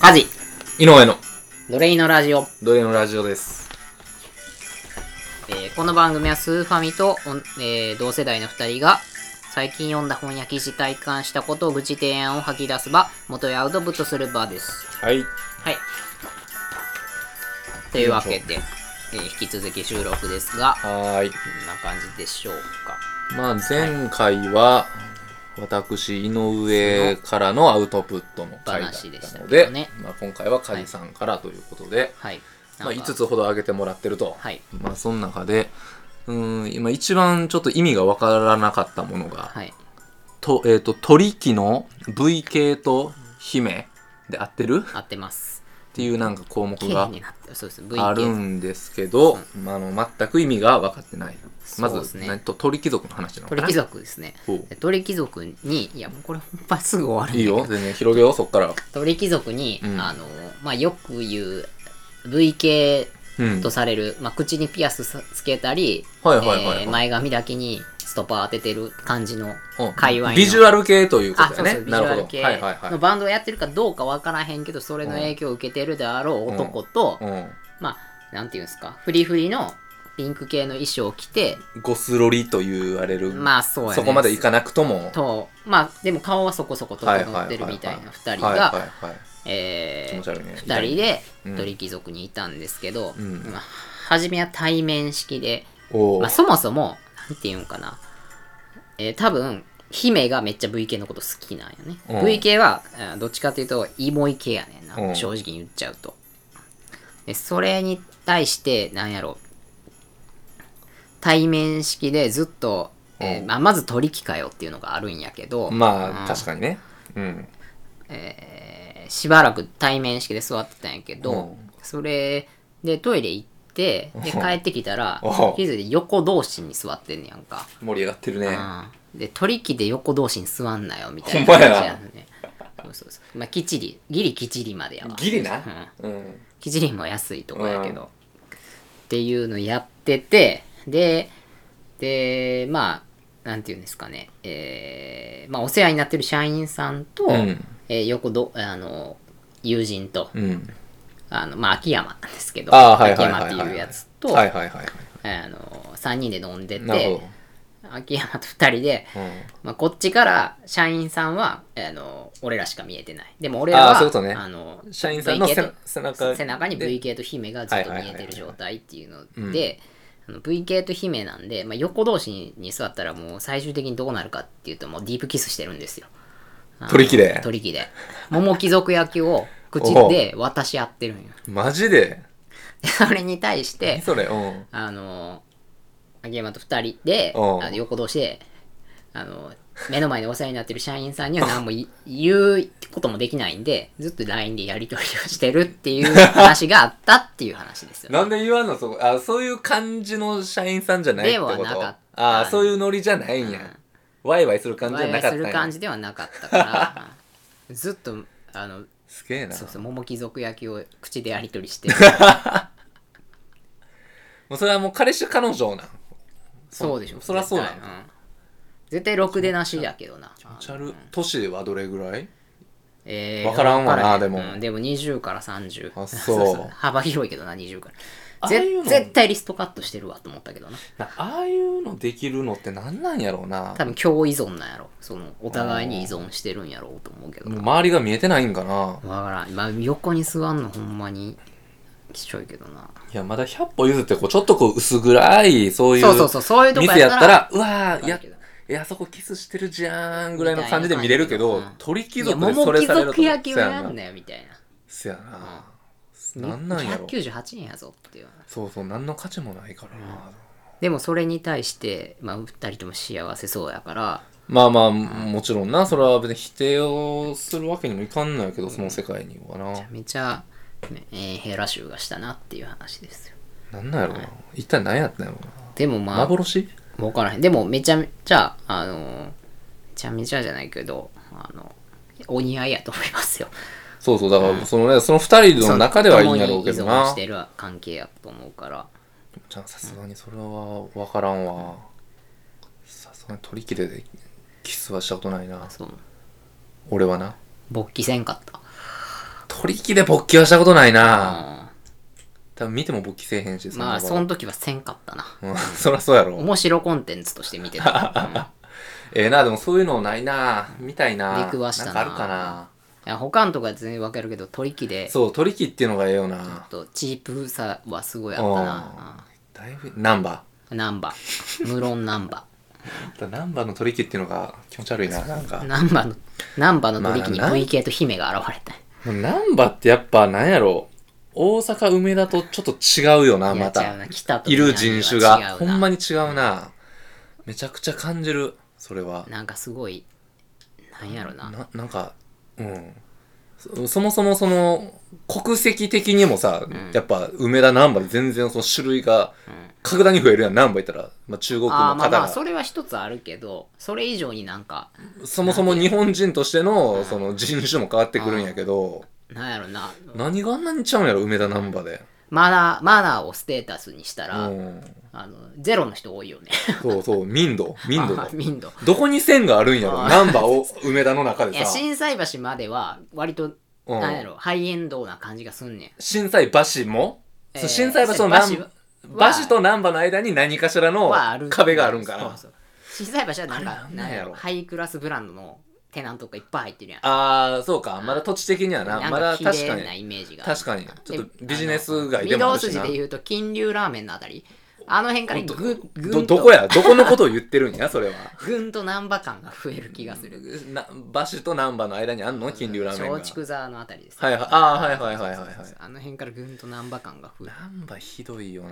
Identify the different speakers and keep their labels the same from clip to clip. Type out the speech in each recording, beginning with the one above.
Speaker 1: 家事、
Speaker 2: 井上の
Speaker 1: 奴隷のラジオ。
Speaker 2: 奴隷のラジオです。
Speaker 1: えーこの番組はスーファミと、おんえー同世代の2人が最近読んだ翻訳し体感したことを愚痴提案を吐き出す場、元へアウトプットする場です。
Speaker 2: はい。
Speaker 1: はい。というわけで、えー引き続き収録ですが、
Speaker 2: はーい。
Speaker 1: こんな感じでしょうか。
Speaker 2: まあ前回は、私、井上からのアウトプットの回だった
Speaker 1: 話でしたけ
Speaker 2: の
Speaker 1: ど
Speaker 2: で、
Speaker 1: ね
Speaker 2: まあ、今回は梶さんからということで、
Speaker 1: はい。
Speaker 2: まあ、
Speaker 1: なんか
Speaker 2: 5つほど挙げてもらってると。
Speaker 1: はい
Speaker 2: まあその中で、うーん、今一番ちょっと意味がわからなかったものが、
Speaker 1: はい。
Speaker 2: と、えっ、と、鳥木の V 系と姫で合ってるっ
Speaker 1: 合ってます。
Speaker 2: ていうなんか項目
Speaker 1: K
Speaker 2: が
Speaker 1: になって、そうです。V
Speaker 2: あるんですけど、まあ、あの全く意味が分かってない。ま
Speaker 1: そうで
Speaker 2: ず、
Speaker 1: すね
Speaker 2: 何と鳥貴族の話なのかな
Speaker 1: 鳥貴族ですね
Speaker 2: ほう。
Speaker 1: で鳥貴族に、いや、もうこれほんますぐ終わるんだ
Speaker 2: いい
Speaker 1: けど
Speaker 2: よ、全然広げよう、そっから。
Speaker 1: 鳥貴族に、
Speaker 2: うん
Speaker 1: あのまあ、よく言う V 系
Speaker 2: うん。
Speaker 1: とされる、まあ、口にピアスさつけたり、
Speaker 2: はいはいはいはい
Speaker 1: えー前髪だけにストッパー当ててる感じの
Speaker 2: うん
Speaker 1: 界隈の
Speaker 2: ビジュアル系というこ
Speaker 1: あ
Speaker 2: とだ
Speaker 1: そ
Speaker 2: よ
Speaker 1: うそう
Speaker 2: ね。
Speaker 1: ビジ
Speaker 2: なる
Speaker 1: ュア
Speaker 2: ほ
Speaker 1: ル
Speaker 2: ど。
Speaker 1: 系
Speaker 2: はいはいは
Speaker 1: のバンドをやってるかどうかわからへんけどそれの影響を受けてるであろう男と、
Speaker 2: い。
Speaker 1: まあなんていうんですかフリフリのピンク系の衣装を着て
Speaker 2: うん。ゴスロリと言われる。
Speaker 1: まあそうやね
Speaker 2: そこまでいかなくとも。
Speaker 1: とまあでも顔はそこそこ整ってるみたいな2人
Speaker 2: はいはい
Speaker 1: が
Speaker 2: はい。
Speaker 1: えー
Speaker 2: 気持ち悪いね。
Speaker 1: 2人で
Speaker 2: うん
Speaker 1: 鳥貴族にいたんですけど、
Speaker 2: うん
Speaker 1: まあ初めは対面式で、
Speaker 2: お
Speaker 1: まあ、
Speaker 2: ー
Speaker 1: そもそもなんていうんかな、えー多分姫がめっちゃ VK のこと好きなんよね、
Speaker 2: うん
Speaker 1: VK はえーどっちかというとイモイ系やねんな、
Speaker 2: うん
Speaker 1: 正直に言っちゃうとでそれに対してなんやろ対面式でずっと、えー
Speaker 2: うん
Speaker 1: まあ、まず取り機かよっていうのがあるんやけど
Speaker 2: ま
Speaker 1: う
Speaker 2: あ、
Speaker 1: ん
Speaker 2: 確かにね。うん。
Speaker 1: えーしばらく対面式で座ってたんやけど、
Speaker 2: うん
Speaker 1: それでトイレ行ってで
Speaker 2: うん
Speaker 1: 帰ってきたら
Speaker 2: おう
Speaker 1: 気づいて横同士に座ってんねやんか、
Speaker 2: 盛り上がってるね。
Speaker 1: うん、で取り木で横同士に座んなよみたいな
Speaker 2: ほんまや
Speaker 1: やんねそうそうそうまあきっちりギリきっちりまでやわ
Speaker 2: ギリな。うん。
Speaker 1: きちりも安いとこやけど、っていうのやっててででまあなんていうんですかねえーまあお世話になってる社員さんと、
Speaker 2: うん
Speaker 1: えー横どあの友人と、
Speaker 2: うん。
Speaker 1: あのまあ秋山なんですけど
Speaker 2: ああ、はい
Speaker 1: 秋
Speaker 2: はいはい
Speaker 1: 山
Speaker 2: は
Speaker 1: っ
Speaker 2: い。
Speaker 1: ていうやつと、
Speaker 2: はいはいはい。
Speaker 1: あの3人で飲んで
Speaker 2: なる
Speaker 1: て
Speaker 2: ほ
Speaker 1: 秋山と2人で、
Speaker 2: ど。うん。
Speaker 1: まあ、こっちから社員さんはあの俺らしか見えてないでも俺らは
Speaker 2: ああそういうことね
Speaker 1: あの
Speaker 2: 社員さんの
Speaker 1: VK
Speaker 2: 背
Speaker 1: と
Speaker 2: 背中
Speaker 1: 背中に
Speaker 2: で
Speaker 1: VK と姫がずっと
Speaker 2: はいはい
Speaker 1: 見
Speaker 2: はい
Speaker 1: え
Speaker 2: はい
Speaker 1: てる状態っていう
Speaker 2: う
Speaker 1: の
Speaker 2: ん
Speaker 1: で、あの VK と姫なんで、まあ、横同士にに座ったらもう最終的にどうなるかっていうともうディープキスしてるんですよあの
Speaker 2: 取り木で
Speaker 1: 取り木で桃貴族焼きを口 で渡し合ってるんよ
Speaker 2: マジで
Speaker 1: でそれに対して
Speaker 2: それうん
Speaker 1: あの、秋山と二人で、
Speaker 2: うん
Speaker 1: あの横同士で、あの、目の前でお世話になってる社員さんには何もい 言うこともできないんで、ずっと LINE でやり取りをしてるっていう話があったっていう話ですよ。
Speaker 2: なんで言わんのそこあそういう感じの社員さんじゃないってこと
Speaker 1: ではなかった
Speaker 2: あそういうノリじゃないんや、
Speaker 1: うん
Speaker 2: ワイワイする感じじ
Speaker 1: ワ
Speaker 2: ゃ
Speaker 1: イワ
Speaker 2: な
Speaker 1: イ
Speaker 2: か
Speaker 1: す
Speaker 2: ったん
Speaker 1: る
Speaker 2: や
Speaker 1: 感じではなかった から、ずっと、あの、
Speaker 2: すげえな
Speaker 1: そうそう、桃貴族焼きを口でやり取りして る。
Speaker 2: もうそれはもう彼氏彼女なん
Speaker 1: そうでしょ。
Speaker 2: そりゃそうだ
Speaker 1: 絶対ん絶対ろくでなしだけどな。
Speaker 2: チャル年はどれぐらい
Speaker 1: えー
Speaker 2: わからんわな
Speaker 1: わか
Speaker 2: でも
Speaker 1: うんでも20から30
Speaker 2: あそう
Speaker 1: 幅広いけどな20から
Speaker 2: ああ
Speaker 1: ぜ
Speaker 2: いうの
Speaker 1: 絶対リストカットしてるわと思ったけどな
Speaker 2: なああいうのできるのってなんなんやろうな
Speaker 1: 多分共依存なんやろそのお互いに依存してるんやろうと思うけど
Speaker 2: もう
Speaker 1: な
Speaker 2: 周りが見えてないんかな
Speaker 1: わからん今横に座んのほんまにきちょいけどない
Speaker 2: やまだ100歩譲ってこうちょっとこう薄暗いそういう
Speaker 1: そうそうそうそういうとこ
Speaker 2: 店や
Speaker 1: やっ
Speaker 2: ったた
Speaker 1: ら
Speaker 2: らうわー
Speaker 1: や
Speaker 2: や
Speaker 1: けど
Speaker 2: いやそこキスしてるじゃんぐらいの感じで見れるけ
Speaker 1: みたい
Speaker 2: ど
Speaker 1: な感じ
Speaker 2: 鳥貴
Speaker 1: いや
Speaker 2: 族でそ
Speaker 1: 桃
Speaker 2: れ
Speaker 1: 貴
Speaker 2: される
Speaker 1: 族野球
Speaker 2: そや
Speaker 1: や
Speaker 2: なん
Speaker 1: なよみたいな
Speaker 2: そやななんなんやろ
Speaker 1: 198円やぞっていう
Speaker 2: そうそう何の価値もないからな
Speaker 1: でもそれに対して、まあ、2人とも幸せそうやから
Speaker 2: まあまあもちろんなそれは別に否定をするわけにもいかんないけどその世界にはな
Speaker 1: めちゃ、ねえーヘラ臭がしたなっていう話ですよ
Speaker 2: なんなんやろな一体何やったんやろ
Speaker 1: でも
Speaker 2: な
Speaker 1: まあ
Speaker 2: 幻
Speaker 1: 分からへんでもめちゃめちゃあのーめちゃめちゃじゃないけどあのお似合いやと思いますよ
Speaker 2: そうそうだからそのねその二人の中ではいいんやろうけど
Speaker 1: 共に依存
Speaker 2: な
Speaker 1: してる関係やと思うから
Speaker 2: じゃあさすがにそれは分からんわさすがに取り切れでキスはしたことないな
Speaker 1: そう
Speaker 2: 俺はな
Speaker 1: 勃起せんかった
Speaker 2: 取取引で勃起はしたことないな
Speaker 1: あ
Speaker 2: 多分見ても勃起せえへんし、んな
Speaker 1: まあ
Speaker 2: 場
Speaker 1: その時はせんかったな
Speaker 2: うん、そらそうやろ。
Speaker 1: 面白コンテンツとして見て た、
Speaker 2: ええな、でもそういうのないなみたいな。
Speaker 1: 出くわしたなん
Speaker 2: かあるかな
Speaker 1: うん、いや他のとか全然わかるけど取引でちょ
Speaker 2: そう、取引っていうのがええよな
Speaker 1: っとチープさはすごいあったな、
Speaker 2: だいぶ、ナンバ
Speaker 1: うん、ナンバ無論ナンバ
Speaker 2: ー。ナンバーの取引っていうのが気持ち悪いな、なんか。
Speaker 1: ナンバのナンバの取引に
Speaker 2: まあな
Speaker 1: VK と姫が現れた、
Speaker 2: ナンバーってやっぱなんやろ。大阪梅田とちょっと違うよな、
Speaker 1: いや
Speaker 2: ま
Speaker 1: 違う
Speaker 2: た。
Speaker 1: な北と
Speaker 2: い
Speaker 1: 南は
Speaker 2: る人種が。
Speaker 1: 違う
Speaker 2: ほ
Speaker 1: なん
Speaker 2: まに違うな。めちゃくちゃ感じる、それは。
Speaker 1: なんかすごいなんやろな
Speaker 2: ななんかうんそそもそもその国籍的にもさ、やっぱ梅田難波で全然その種類が格段に増えるやん難波いたら、まあ、中国の
Speaker 1: あー
Speaker 2: 方
Speaker 1: まあ
Speaker 2: が、
Speaker 1: まあそれは一つあるけどそれ以上になんか
Speaker 2: そもそも日本人としてのその人種も変わってくるんやけど
Speaker 1: なんやろな
Speaker 2: 何があんなにちゃうんやろ梅田難波で、
Speaker 1: マナーマナーをステータスにした
Speaker 2: う
Speaker 1: ら、
Speaker 2: ん、
Speaker 1: あのゼロの人多いよね
Speaker 2: そうそう民度 民度だ
Speaker 1: あ民度
Speaker 2: どこに線があるんやろ
Speaker 1: あー
Speaker 2: 難波を梅田の中
Speaker 1: い
Speaker 2: で
Speaker 1: や
Speaker 2: さ
Speaker 1: 心斎橋までは割と、
Speaker 2: うん
Speaker 1: なんやろハイエンドな感じがすんねん
Speaker 2: 心斎橋も、
Speaker 1: えー
Speaker 2: そう心斎橋と
Speaker 1: 心斎
Speaker 2: 南
Speaker 1: 橋は
Speaker 2: 橋と難波の間に何かしらの
Speaker 1: はある
Speaker 2: 壁があるんか
Speaker 1: そ
Speaker 2: な
Speaker 1: うそう心斎橋はなん
Speaker 2: あれ
Speaker 1: か
Speaker 2: なんなんやろ
Speaker 1: なんやろハイクラスブランドのテナントがいっぱい入ってるやん
Speaker 2: ああそうかまだ土地的にはな
Speaker 1: なん
Speaker 2: まだ
Speaker 1: か綺
Speaker 2: 確か
Speaker 1: 麗な
Speaker 2: に
Speaker 1: イメージがある
Speaker 2: 確かにちょっと
Speaker 1: で
Speaker 2: ビジネス街で
Speaker 1: 御
Speaker 2: も
Speaker 1: 堂
Speaker 2: あるし
Speaker 1: 筋
Speaker 2: な
Speaker 1: で言うと金龍ラーメンのあたりあの辺からぐぐんと
Speaker 2: どどこやどこのことを言ってるんやそれは
Speaker 1: ぐんと難波感が増える気がする
Speaker 2: な橋と難波の間にあんの金龍ラーメンが
Speaker 1: 松竹座のあたりです
Speaker 2: はいはいあーはいはいはいはいはい
Speaker 1: そうそうそうあの辺からぐんと難波感が増える
Speaker 2: 難波ひどいよ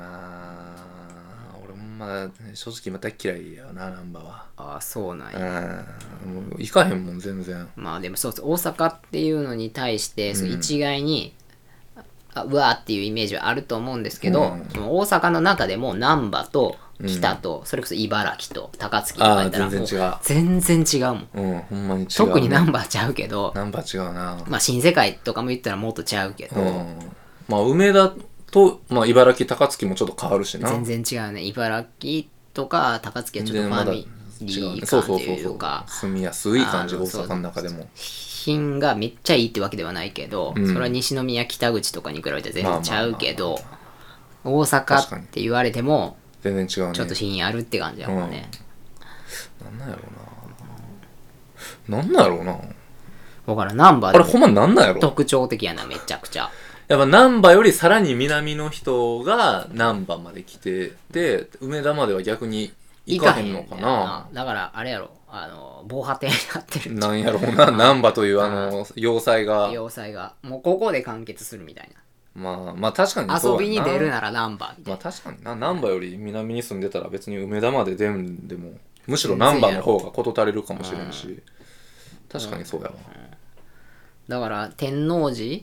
Speaker 2: な俺ほんま正直今大っ嫌いやな難波は
Speaker 1: ああそうなんや
Speaker 2: うんもう行かへんもん全然
Speaker 1: まあでもそうそう大阪っていうのに対して、そう
Speaker 2: うん
Speaker 1: 一概にあうわーっていうイメージはあると思うんですけど、
Speaker 2: うん
Speaker 1: その大阪の中でも難波と北と、それこそ茨城と高槻とかやったら
Speaker 2: あー全然違う
Speaker 1: も全然違うもん
Speaker 2: うんほんまに違う
Speaker 1: 特に難波ちゃうけど、
Speaker 2: 難波違うな
Speaker 1: まあ新世界とかも言ったらもっとちゃうけど、
Speaker 2: うんまあ梅田と、まあ、茨城高槻もちょっと変わるしな
Speaker 1: 全然違うね茨城とか高槻はちょっとファミリ
Speaker 2: 違うね
Speaker 1: ー
Speaker 2: そう
Speaker 1: 感
Speaker 2: そう
Speaker 1: と
Speaker 2: そう
Speaker 1: い
Speaker 2: そうう
Speaker 1: か
Speaker 2: 住みやすい感じ
Speaker 1: あ
Speaker 2: 大
Speaker 1: のそう
Speaker 2: 阪の中でも
Speaker 1: 品がめっちゃいいってわけではないけど、
Speaker 2: うん
Speaker 1: それは西宮北口とかに比べて全然ちゃうけど、大
Speaker 2: 確
Speaker 1: 阪
Speaker 2: か
Speaker 1: っ
Speaker 2: に
Speaker 1: て言われても
Speaker 2: 全然違うね
Speaker 1: ちょっと品あるって感じだもんね、
Speaker 2: なんなんやろうななんなんやろうな
Speaker 1: だからナンバ
Speaker 2: あれ
Speaker 1: ー
Speaker 2: ほんまなんなんやろ
Speaker 1: 特徴的やなめちゃくちゃ
Speaker 2: やっぱ難波よりさらに南の人が難波まで来てで梅田までは逆に行かへんの
Speaker 1: 行か
Speaker 2: か
Speaker 1: へんのや
Speaker 2: な
Speaker 1: だからあれやろあの防波堤になってる
Speaker 2: なんやろうな難波というあの要塞が
Speaker 1: 要塞がもうここで完結するみたい
Speaker 2: まあまあ確かに
Speaker 1: な
Speaker 2: そう
Speaker 1: 遊
Speaker 2: や
Speaker 1: びに出るならナンバーみたい
Speaker 2: まあ
Speaker 1: な、
Speaker 2: 確かにな難波より南に住んでたら別に梅田まで出んでもむしろ難波の方が事足りるかもしれんし、確かにそうやわ、
Speaker 1: だから天王寺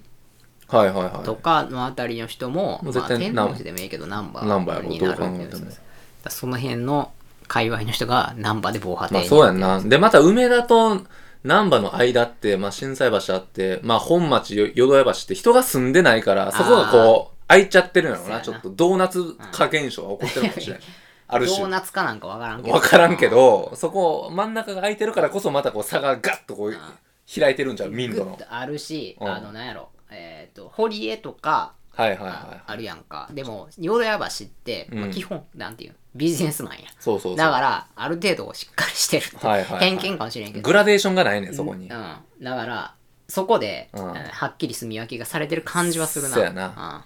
Speaker 2: はいはいはい
Speaker 1: とかのあたりの人も、
Speaker 2: もう
Speaker 1: まあ、
Speaker 2: 絶対
Speaker 1: 天
Speaker 2: ナン
Speaker 1: 王寺でもいいけどナンバ
Speaker 2: ナンバーや
Speaker 1: ー
Speaker 2: ろ
Speaker 1: になる
Speaker 2: どう考えても
Speaker 1: っていうそうそうだからその辺の界隈の人がナンバーで防波堤
Speaker 2: まあ
Speaker 1: に
Speaker 2: そうやんなでまた梅田と難波の間って、まあ、心斎橋あって、まあ、本町よ淀屋橋って人が住んでないからそこがこう空いちゃってるんやろうな
Speaker 1: そ
Speaker 2: ち
Speaker 1: う
Speaker 2: ょ
Speaker 1: やな
Speaker 2: っとドーナツ化現象が起こってるかもしれ ないある
Speaker 1: ドー
Speaker 2: 種
Speaker 1: ナツかなんかわからんけど
Speaker 2: 分からんけどそこ真ん中が空いてるからこそまたこう差がガッとこう開いてるんじゃう民
Speaker 1: グ
Speaker 2: 度
Speaker 1: ッ
Speaker 2: の
Speaker 1: とあるし、
Speaker 2: うん
Speaker 1: あのなんやろえっ、と堀江とか
Speaker 2: はいはいはい
Speaker 1: ああるやんかでも淀屋橋って、まあ
Speaker 2: うん
Speaker 1: 基本なんていうのビジネスマンや
Speaker 2: そうそうそう
Speaker 1: だからある程度しっかりしてるって、
Speaker 2: はいはいはい
Speaker 1: 偏見かもしれんけど
Speaker 2: グラデーションがないねんそこに、
Speaker 1: うん、だからそこで、
Speaker 2: うん
Speaker 1: うんはっきり住み分けがされてる感じはするな
Speaker 2: そうやな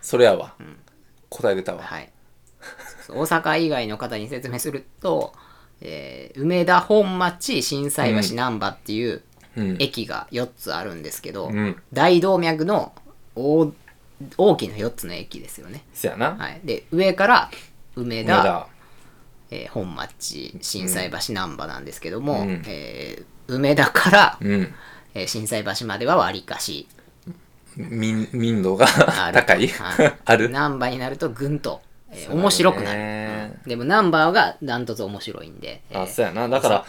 Speaker 2: それやわ、答え出た
Speaker 1: うん
Speaker 2: わ
Speaker 1: はいそうそう大阪以外の方に説明すると、 えー梅田本町心斎
Speaker 2: う
Speaker 1: 橋難波っていう
Speaker 2: うん
Speaker 1: 駅が4つあるんですけど、
Speaker 2: うん
Speaker 1: 大動脈の大大きな4つの駅ですよね、
Speaker 2: そやな、
Speaker 1: はい、で上から梅
Speaker 2: 梅
Speaker 1: 田
Speaker 2: 田
Speaker 1: えー本町心斎橋難波なんですけども、
Speaker 2: うん
Speaker 1: えー梅田から、
Speaker 2: うん
Speaker 1: えー心斎橋まではわりかし
Speaker 2: 民民度が
Speaker 1: ある
Speaker 2: 高い
Speaker 1: はい
Speaker 2: ある
Speaker 1: ナンバーになるとぐんと、えー
Speaker 2: そうだよね
Speaker 1: 面白くなる、うんでもナンバーがダントツ面白いんで、えー
Speaker 2: あそうやなだから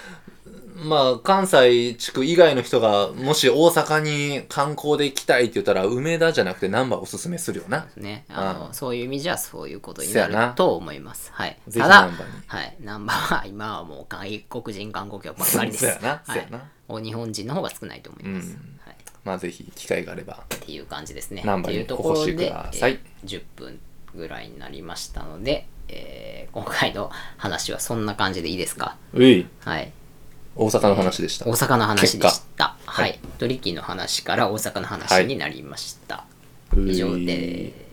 Speaker 2: まあ関西地区以外の人がもし大阪に観光で行きたいって言ったら梅田じゃなくて難波おすすめするよな
Speaker 1: ね、あの
Speaker 2: うん
Speaker 1: そういう意味じゃそういうことに
Speaker 2: そう
Speaker 1: な
Speaker 2: やな
Speaker 1: ると思います。はい、
Speaker 2: ぜひ
Speaker 1: ただ
Speaker 2: ナンバーに、
Speaker 1: はい、ナンバーは今はもう外国人観光客ばっかりです。
Speaker 2: そうやな
Speaker 1: はい
Speaker 2: そうやな
Speaker 1: お日本人の方が少ないと思います。
Speaker 2: うん
Speaker 1: はい
Speaker 2: まあぜひ機会があれば
Speaker 1: っていう感じですね。
Speaker 2: ナンバ
Speaker 1: と
Speaker 2: リン
Speaker 1: い
Speaker 2: グ
Speaker 1: うところで、
Speaker 2: お越しください
Speaker 1: えー10分ぐらいになりましたので、えー今回の話はそんな感じでいいですか
Speaker 2: うい
Speaker 1: はい。
Speaker 2: 大阪の話でした
Speaker 1: 大阪の話でした。は
Speaker 2: はい
Speaker 1: い。トリキの話から大阪の話になりました。
Speaker 2: うい
Speaker 1: 以上です。